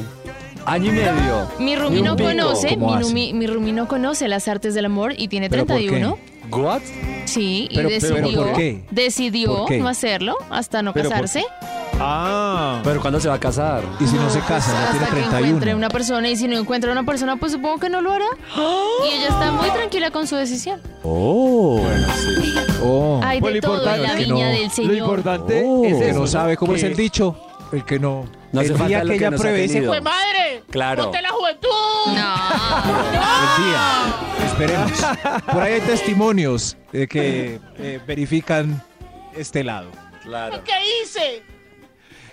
Speaker 5: Año y medio.
Speaker 4: mi rumi
Speaker 5: Ni un
Speaker 4: no
Speaker 5: pico.
Speaker 4: conoce.
Speaker 3: ¿Cómo
Speaker 4: Mi
Speaker 3: hace?
Speaker 4: rumi, mi rumi no conoce las artes del amor y tiene
Speaker 3: ¿Pero por qué?
Speaker 4: 31.
Speaker 5: ¿What?
Speaker 4: Sí, y
Speaker 3: Pero- pero
Speaker 4: decidió.
Speaker 3: ¿por qué?
Speaker 4: Decidió
Speaker 3: ¿Por qué?
Speaker 4: no hacerlo hasta no
Speaker 2: Pero por-
Speaker 4: casarse.
Speaker 2: Ah,
Speaker 5: ¿Pero cuándo se va a casar?
Speaker 3: Y si no se casa, ya
Speaker 4: hasta
Speaker 3: tiene
Speaker 4: que encuentre
Speaker 3: 31.
Speaker 4: una persona y si no encuentra una persona, pues supongo que no lo hará. Y ella está muy tranquila con su decisión.
Speaker 3: Oh.
Speaker 4: Ay,
Speaker 2: Pues
Speaker 4: de
Speaker 2: lo
Speaker 4: todo en la
Speaker 2: importante-
Speaker 4: viña
Speaker 3: No,
Speaker 4: del
Speaker 2: lo
Speaker 4: Señor.
Speaker 2: importante
Speaker 3: Oh.
Speaker 2: es
Speaker 3: El que
Speaker 2: eso,
Speaker 3: no sabe cómo es
Speaker 2: Que
Speaker 3: el dicho. El que no.
Speaker 5: No hace
Speaker 3: el
Speaker 5: falta
Speaker 3: día
Speaker 5: lo
Speaker 3: que
Speaker 5: que
Speaker 3: ella
Speaker 5: nos ha
Speaker 3: pruebe ese
Speaker 5: tenido.
Speaker 8: ¡Pues madre!
Speaker 5: Claro.
Speaker 8: ¡Ponte la juventud!
Speaker 4: No.
Speaker 3: el
Speaker 4: Ah.
Speaker 3: día. Esperemos. Por ahí hay testimonios de que eh, verifican este lado.
Speaker 5: Claro.
Speaker 8: ¿Qué hice?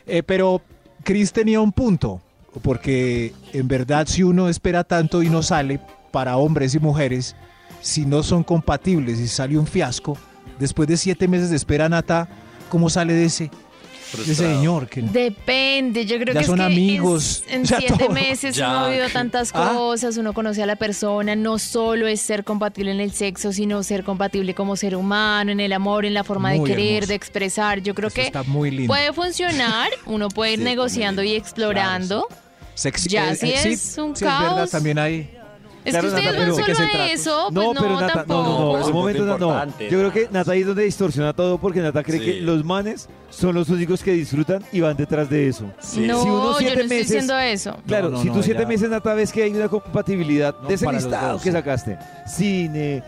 Speaker 3: Eh, pero Chris tenía un punto, porque en verdad si uno espera tanto y no sale, para hombres y mujeres, si no son compatibles y sale un fiasco, después de siete meses de espera, Nata, ¿cómo sale de ese, de ese
Speaker 5: Frustrado.
Speaker 3: señor? Que,
Speaker 4: Depende, yo creo
Speaker 3: Ya
Speaker 4: que
Speaker 3: son
Speaker 4: es que
Speaker 3: amigos,
Speaker 4: en, en
Speaker 3: ya
Speaker 4: siete
Speaker 3: todo.
Speaker 4: meses
Speaker 5: Ya.
Speaker 4: uno vivió tantas
Speaker 3: Ah.
Speaker 4: cosas, uno conoce a la persona, no solo es ser compatible en el sexo, sino ser compatible como ser humano, en el amor, en la forma
Speaker 3: Muy
Speaker 4: de querer,
Speaker 3: hermoso.
Speaker 4: de expresar. Yo creo
Speaker 3: Eso
Speaker 4: que
Speaker 3: está muy lindo.
Speaker 4: puede funcionar, uno puede ir
Speaker 5: Sí,
Speaker 4: negociando y explorando.
Speaker 3: Sex-
Speaker 4: ya,
Speaker 3: eh,
Speaker 4: si
Speaker 3: eh, sí,
Speaker 4: es un
Speaker 3: sí, es verdad,
Speaker 4: caos.
Speaker 3: también hay.
Speaker 4: Es
Speaker 2: Claro,
Speaker 4: que ustedes
Speaker 2: Nata,
Speaker 4: van
Speaker 2: pero-
Speaker 4: solo
Speaker 5: ¿de qué se
Speaker 4: a
Speaker 5: trata?
Speaker 4: eso, pues
Speaker 2: No,
Speaker 4: no,
Speaker 2: pero Nata, no,
Speaker 4: tampoco.
Speaker 2: no, no,
Speaker 5: Por
Speaker 2: un momento,
Speaker 5: supuesto,
Speaker 2: Nata, no.
Speaker 5: importante.
Speaker 2: Yo creo que Nata ahí es donde distorsiona todo porque Nata cree
Speaker 5: Sí.
Speaker 2: que los manes son los únicos que disfrutan y van detrás de eso.
Speaker 5: Sí.
Speaker 4: No,
Speaker 2: Si uno
Speaker 4: yo no
Speaker 2: siete
Speaker 4: estoy
Speaker 2: meses-
Speaker 4: diciendo eso.
Speaker 2: Claro,
Speaker 3: No, no,
Speaker 2: si
Speaker 3: no,
Speaker 2: tú siete
Speaker 3: ya.
Speaker 2: meses, Nata, ves que hay una compatibilidad
Speaker 3: No,
Speaker 2: de ese
Speaker 3: para los
Speaker 2: listado
Speaker 3: dos,
Speaker 2: que
Speaker 3: sí.
Speaker 2: sacaste. Cine,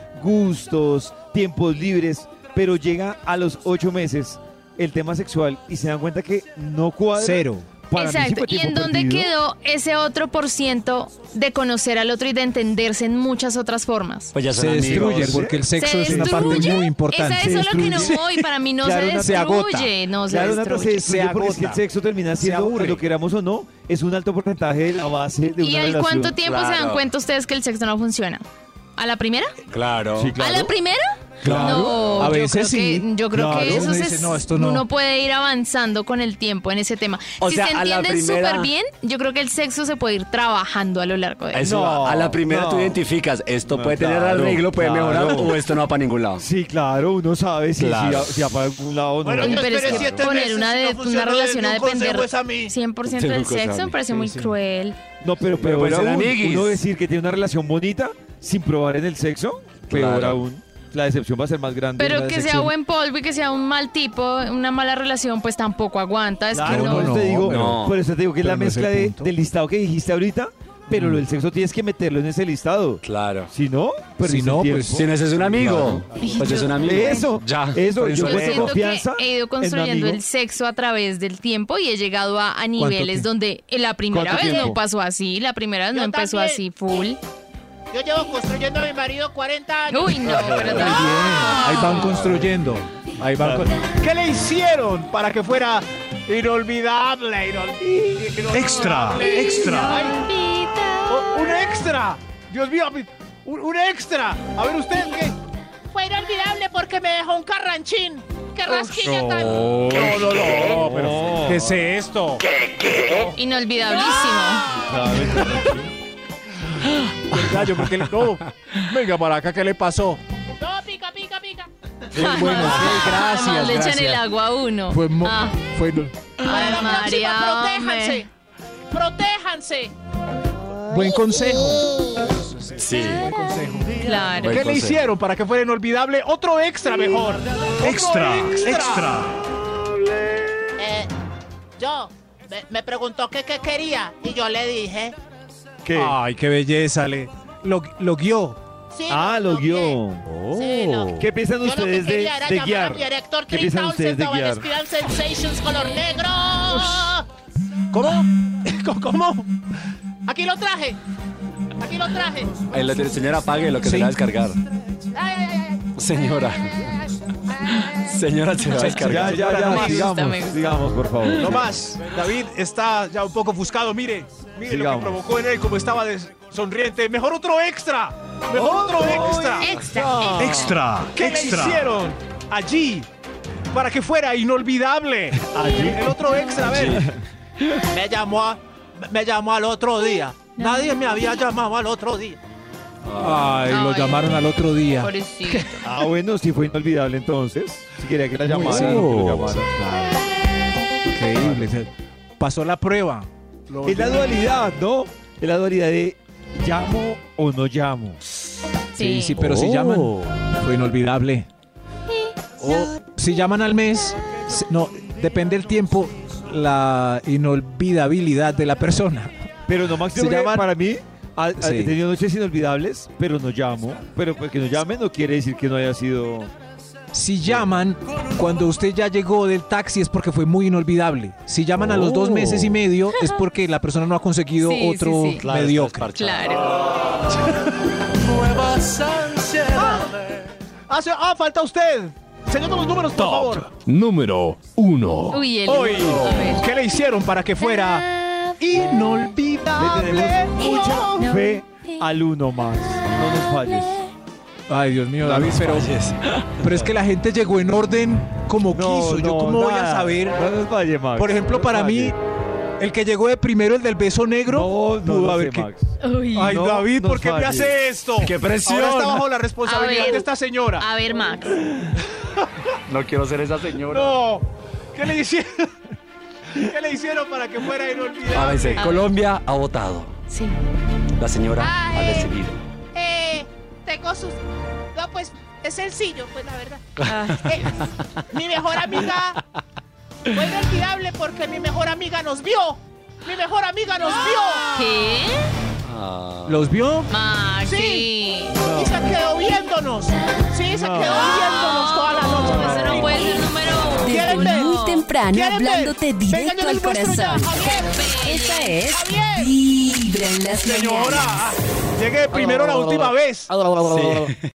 Speaker 2: gustos, tiempos libres, pero llega a los ocho meses el tema sexual y se dan cuenta que no cuadra.
Speaker 3: Cero.
Speaker 2: Para mí sí
Speaker 4: Exacto.
Speaker 2: fue
Speaker 4: ¿Y
Speaker 2: tiempo
Speaker 4: en dónde
Speaker 2: perdido.
Speaker 4: quedó ese otro por ciento de conocer al otro y de entenderse en muchas otras formas?
Speaker 5: Pues ya
Speaker 3: Se
Speaker 5: son amigos.
Speaker 3: destruye porque el sexo es una parte
Speaker 4: destruye?
Speaker 3: muy importante.
Speaker 4: Esa es a lo que no
Speaker 3: Se destruye.
Speaker 4: voy. Para mí no
Speaker 3: Claro,
Speaker 4: se
Speaker 3: Nata, se
Speaker 4: destruye.
Speaker 3: agota.
Speaker 4: No
Speaker 2: Claro,
Speaker 4: se
Speaker 2: Nata, se
Speaker 4: destruye.
Speaker 2: destruye porque es que el
Speaker 3: agota.
Speaker 2: sexo termina
Speaker 3: Se
Speaker 2: siendo,
Speaker 3: aburre.
Speaker 2: lo queramos o no, es un alto porcentaje de la base de una
Speaker 4: ¿Y al
Speaker 2: relación.
Speaker 4: cuánto tiempo se dan
Speaker 5: Claro.
Speaker 4: cuenta ustedes que el sexo no funciona? ¿A la primera?
Speaker 5: Claro.
Speaker 4: ¿A la primera?
Speaker 3: Claro.
Speaker 4: No,
Speaker 3: A
Speaker 4: yo
Speaker 3: veces
Speaker 4: creo que-
Speaker 3: sí.
Speaker 4: yo creo
Speaker 3: Claro.
Speaker 4: que eso
Speaker 3: Uno
Speaker 4: se-
Speaker 3: dice, "No, esto no".
Speaker 4: uno puede ir avanzando con el tiempo en ese tema.
Speaker 5: O
Speaker 4: si
Speaker 5: sea,
Speaker 4: se
Speaker 5: a la
Speaker 4: entienden
Speaker 5: primera-
Speaker 4: súper bien, yo creo que el sexo se puede ir trabajando a lo largo de
Speaker 5: Eso va. a la primera tú
Speaker 2: no.
Speaker 5: identificas, esto
Speaker 2: No,
Speaker 5: puede tener
Speaker 2: claro,
Speaker 5: arreglo, puede
Speaker 2: claro.
Speaker 5: mejorar o esto no va para ningún lado.
Speaker 2: Sí, claro, uno sabe si,
Speaker 5: Claro.
Speaker 2: si, si apaga un lado o no.
Speaker 8: Bueno, yo
Speaker 4: Pero es
Speaker 8: esperé
Speaker 4: que
Speaker 8: siete
Speaker 4: poner
Speaker 8: meses
Speaker 4: una
Speaker 8: y
Speaker 4: de-
Speaker 8: no
Speaker 4: una
Speaker 8: funcionó,
Speaker 4: relación a
Speaker 8: denme un consejo,
Speaker 4: depender-
Speaker 8: es a mí.
Speaker 4: 100%
Speaker 5: Sí,
Speaker 4: del
Speaker 5: nunca
Speaker 4: sexo
Speaker 5: sabe.
Speaker 4: me parece muy cruel.
Speaker 2: No, pero peor
Speaker 5: pueden ser
Speaker 2: aún,
Speaker 5: amiguis.
Speaker 2: uno decir que tiene una relación bonita sin probar en el sexo, peor
Speaker 5: Claro.
Speaker 2: aún. La decepción va a ser más grande.
Speaker 4: Pero
Speaker 2: una
Speaker 4: que sea
Speaker 2: decepción.
Speaker 4: buen polvo y que sea un mal tipo, una mala relación, pues tampoco aguanta. Es
Speaker 2: Claro,
Speaker 4: que no.
Speaker 2: por eso te digo,
Speaker 3: pero-
Speaker 2: por eso te digo que es la
Speaker 3: pero no es el
Speaker 2: mezcla de-
Speaker 3: punto.
Speaker 2: del listado que dijiste ahorita, pero lo del sexo tienes que meterlo en ese listado.
Speaker 5: Claro.
Speaker 2: Si no, perdiste
Speaker 6: Si no,
Speaker 2: el tiempo.
Speaker 6: pues,
Speaker 5: Si no ese es un amigo,
Speaker 4: Ay,
Speaker 5: pues
Speaker 4: yo-
Speaker 5: es un amigo.
Speaker 2: Eso,
Speaker 5: Ya.
Speaker 2: eso, yo
Speaker 5: Pues
Speaker 4: Yo
Speaker 5: bueno.
Speaker 2: encuentro
Speaker 4: siento
Speaker 2: confianza
Speaker 4: que he ido
Speaker 2: en un
Speaker 4: construyendo
Speaker 2: amigo.
Speaker 4: el sexo a través del tiempo y he llegado a, a niveles
Speaker 6: tiempo?
Speaker 4: donde eh, la primera
Speaker 2: ¿Cuánto
Speaker 4: vez
Speaker 2: tiempo?
Speaker 4: no pasó así, la primera vez
Speaker 8: Yo
Speaker 4: no empezó
Speaker 8: también.
Speaker 4: así full.
Speaker 8: Yo llevo construyendo a mi marido 40 años.
Speaker 4: Uy, no, pero
Speaker 6: Muy bien. Ahí van construyendo. Ahí van con-
Speaker 8: ¿Qué le hicieron para que fuera inolvidable? inol- inolvidable?
Speaker 7: Extra, extra.
Speaker 8: Ay, o- ¡Un extra! Dios mío, mi- un, un extra. A ver, usted qué. Fue inolvidable porque me dejó un carranchín. ¡Qué rasquilla tan!
Speaker 9: No, no, no, pero ¿qué es esto?
Speaker 4: Inolvidablísimo.
Speaker 6: Ya, yo, porque le- no. Venga para acá, ¿qué le pasó?
Speaker 8: No, pica, pica, pica.
Speaker 6: bueno, sí, gracias,
Speaker 4: Jamás le echan
Speaker 6: gracias.
Speaker 4: el agua a uno.
Speaker 6: Fue, mo-
Speaker 4: Ah,
Speaker 6: fue no-
Speaker 8: Para
Speaker 4: ay,
Speaker 8: la próxima,
Speaker 4: María,
Speaker 8: protéjanse.
Speaker 4: hombre.
Speaker 8: Protéjanse.
Speaker 6: buen consejo.
Speaker 5: Sí.
Speaker 4: Claro.
Speaker 5: Buen
Speaker 6: ¿Qué le
Speaker 5: consejo.
Speaker 6: hicieron para que fuera inolvidable? Otro extra mejor.
Speaker 7: Extra, extra.
Speaker 8: Eh, yo me, me preguntó que qué quería y yo le dije.
Speaker 2: ¿Qué?
Speaker 6: Ay, qué belleza, le. Lo, lo guió.
Speaker 8: Sí,
Speaker 2: Ah, lo
Speaker 8: que- Oh.
Speaker 2: guió.
Speaker 8: Sí, lo-
Speaker 2: ¿Qué piensan
Speaker 8: Yo lo que
Speaker 2: ustedes de,
Speaker 8: quería era
Speaker 2: de
Speaker 8: llamar a
Speaker 2: guiar?
Speaker 8: mi director
Speaker 2: ¿Qué
Speaker 8: Clint
Speaker 2: piensan ustedes
Speaker 8: Townsend
Speaker 2: de
Speaker 8: a
Speaker 2: guiar?
Speaker 8: Valescrian Sensations color negro.
Speaker 6: ¿Cómo? ¿Cómo?
Speaker 8: Aquí lo traje. Aquí lo traje.
Speaker 5: Ahí la tele- señora apague lo que se
Speaker 6: Sí.
Speaker 5: le va a descargar.
Speaker 8: Ay, ay, ay, ay.
Speaker 5: Señora. Señora se va a
Speaker 2: Ya,
Speaker 5: descargar.
Speaker 2: ya,
Speaker 6: Señora,
Speaker 2: ya,
Speaker 6: no más.
Speaker 4: Me gusta,
Speaker 2: sigamos,
Speaker 4: me
Speaker 2: sigamos, por favor.
Speaker 6: No más. David está ya un poco ofuscado. Mire, mire lo
Speaker 2: Sigamos.
Speaker 6: que provocó en él, como estaba des- sonriente. Mejor otro extra. Mejor otro extra.
Speaker 4: Extra.
Speaker 7: Extra,
Speaker 6: ¿Qué le hicieron allí para que fuera inolvidable? El otro extra, a ver.
Speaker 8: Me llamó, a- me llamó al otro día. Nadie me había llamado al otro día.
Speaker 6: Ay,
Speaker 4: lo Ay. llamaron
Speaker 6: al otro día.
Speaker 4: Pobrecito.
Speaker 2: Ah, bueno, sí fue inolvidable entonces. Si quería que la llamara,
Speaker 6: sí.
Speaker 2: que lo llamara.
Speaker 6: Increíble. Pasó la prueba. Lo
Speaker 2: Es la
Speaker 6: volvieron-
Speaker 2: dualidad, ¿no? Es la dualidad de llamo o no llamo.
Speaker 6: Sí,
Speaker 4: Sí.
Speaker 6: sí, pero si llaman, fue inolvidable.
Speaker 4: Oh,
Speaker 6: O si llaman al mes, se- no, depende del tiempo, la inolvidabilidad de la persona.
Speaker 2: Pero no, Max,
Speaker 6: Se
Speaker 2: porque
Speaker 6: llaman-
Speaker 2: para mí ha- ha-
Speaker 6: Sí.
Speaker 2: he tenido noches inolvidables, pero no llamo. Pero pues que no llame no quiere decir que no haya sido...
Speaker 6: Si llaman cuando usted ya llegó del taxi es porque fue muy inolvidable. Si llaman a los dos meses y medio es porque la persona no ha conseguido
Speaker 4: Sí, sí,
Speaker 6: otro
Speaker 4: sí. Claro,
Speaker 6: mediocre.
Speaker 4: Claro.
Speaker 8: Ah, se- ah, falta usted. Señor de los números, por favor.
Speaker 7: Top número uno.
Speaker 4: Uy, el
Speaker 6: Hoy,
Speaker 4: A ver. Ah,
Speaker 6: ¿qué le hicieron para que fuera
Speaker 2: Le
Speaker 6: inolvidable?
Speaker 2: tenemos mucha fe al uno, Max. No nos falles.
Speaker 6: Ay, Dios mío, David, pero, pero es que la gente llegó en orden como quiso. Yo cómo voy a
Speaker 2: nada.
Speaker 6: saber.
Speaker 2: No nos falle, Max.
Speaker 6: Por ejemplo,
Speaker 2: No
Speaker 6: para
Speaker 2: nos
Speaker 6: mí,
Speaker 2: falle.
Speaker 6: el que llegó de primero, el del beso negro,
Speaker 2: No, no,
Speaker 6: pudo
Speaker 2: no
Speaker 6: haber
Speaker 2: sé,
Speaker 6: que-
Speaker 2: Max.
Speaker 4: Uy.
Speaker 6: Ay,
Speaker 2: No
Speaker 6: David, ¿por
Speaker 2: nos
Speaker 6: qué me
Speaker 2: falles.
Speaker 6: hace esto?
Speaker 5: ¡Qué presión!
Speaker 6: Ahora está bajo la responsabilidad
Speaker 4: A ver.
Speaker 6: de esta señora.
Speaker 4: A ver, Max.
Speaker 5: No quiero ser esa señora.
Speaker 6: No. ¿Qué le hicieron? ¿Qué le hicieron para que fuera inolvidable?
Speaker 5: Ahora dice, Colombia ha votado.
Speaker 4: Sí.
Speaker 5: La señora
Speaker 8: Ah,
Speaker 5: ha
Speaker 8: eh.
Speaker 5: decidido.
Speaker 8: Eh, tengo sus. No, pues es sencillo, pues la verdad.
Speaker 4: Ah,
Speaker 8: Eh, mi mejor amiga fue inolvidable porque mi mejor amiga nos vio. Mi mejor amiga nos vio.
Speaker 4: ¿Qué?
Speaker 5: Ah.
Speaker 6: ¿Los vio?
Speaker 4: Max.
Speaker 8: Sí. Y se quedó viéndonos. Sí, se quedó viéndonos toda la noche.
Speaker 4: Eso no puede ser número uno.
Speaker 1: Desde
Speaker 8: ¿Quieren ver?
Speaker 1: muy temprano,
Speaker 8: ¿Quieren ver?
Speaker 1: hablándote
Speaker 8: Venga,
Speaker 1: directo
Speaker 8: yo
Speaker 1: al
Speaker 8: les muestro ya.
Speaker 1: corazón.
Speaker 8: Javier.
Speaker 1: Esta es
Speaker 8: Javier.
Speaker 1: Vibra en las
Speaker 6: Señora,
Speaker 1: mañanas.
Speaker 6: llegué de primero la última vez.
Speaker 5: Sí.